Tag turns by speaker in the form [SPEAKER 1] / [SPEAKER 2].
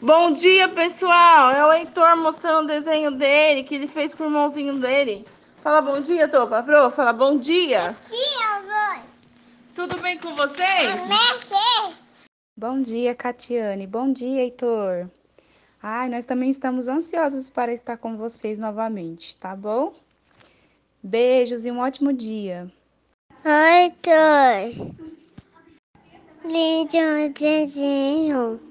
[SPEAKER 1] Bom dia, pessoal! É o Heitor mostrando o desenho dele, que ele fez com o irmãozinho dele. Fala bom dia, Topa Pro. Fala bom dia.
[SPEAKER 2] Tia, mãe,
[SPEAKER 1] Tudo bem com vocês?
[SPEAKER 2] mexe.
[SPEAKER 3] Bom dia, Catiane. Bom dia, Heitor. Ai, nós também estamos ansiosos para estar com vocês novamente, tá bom? Beijos e um ótimo dia.
[SPEAKER 2] Oi, dois. Lindo desenho.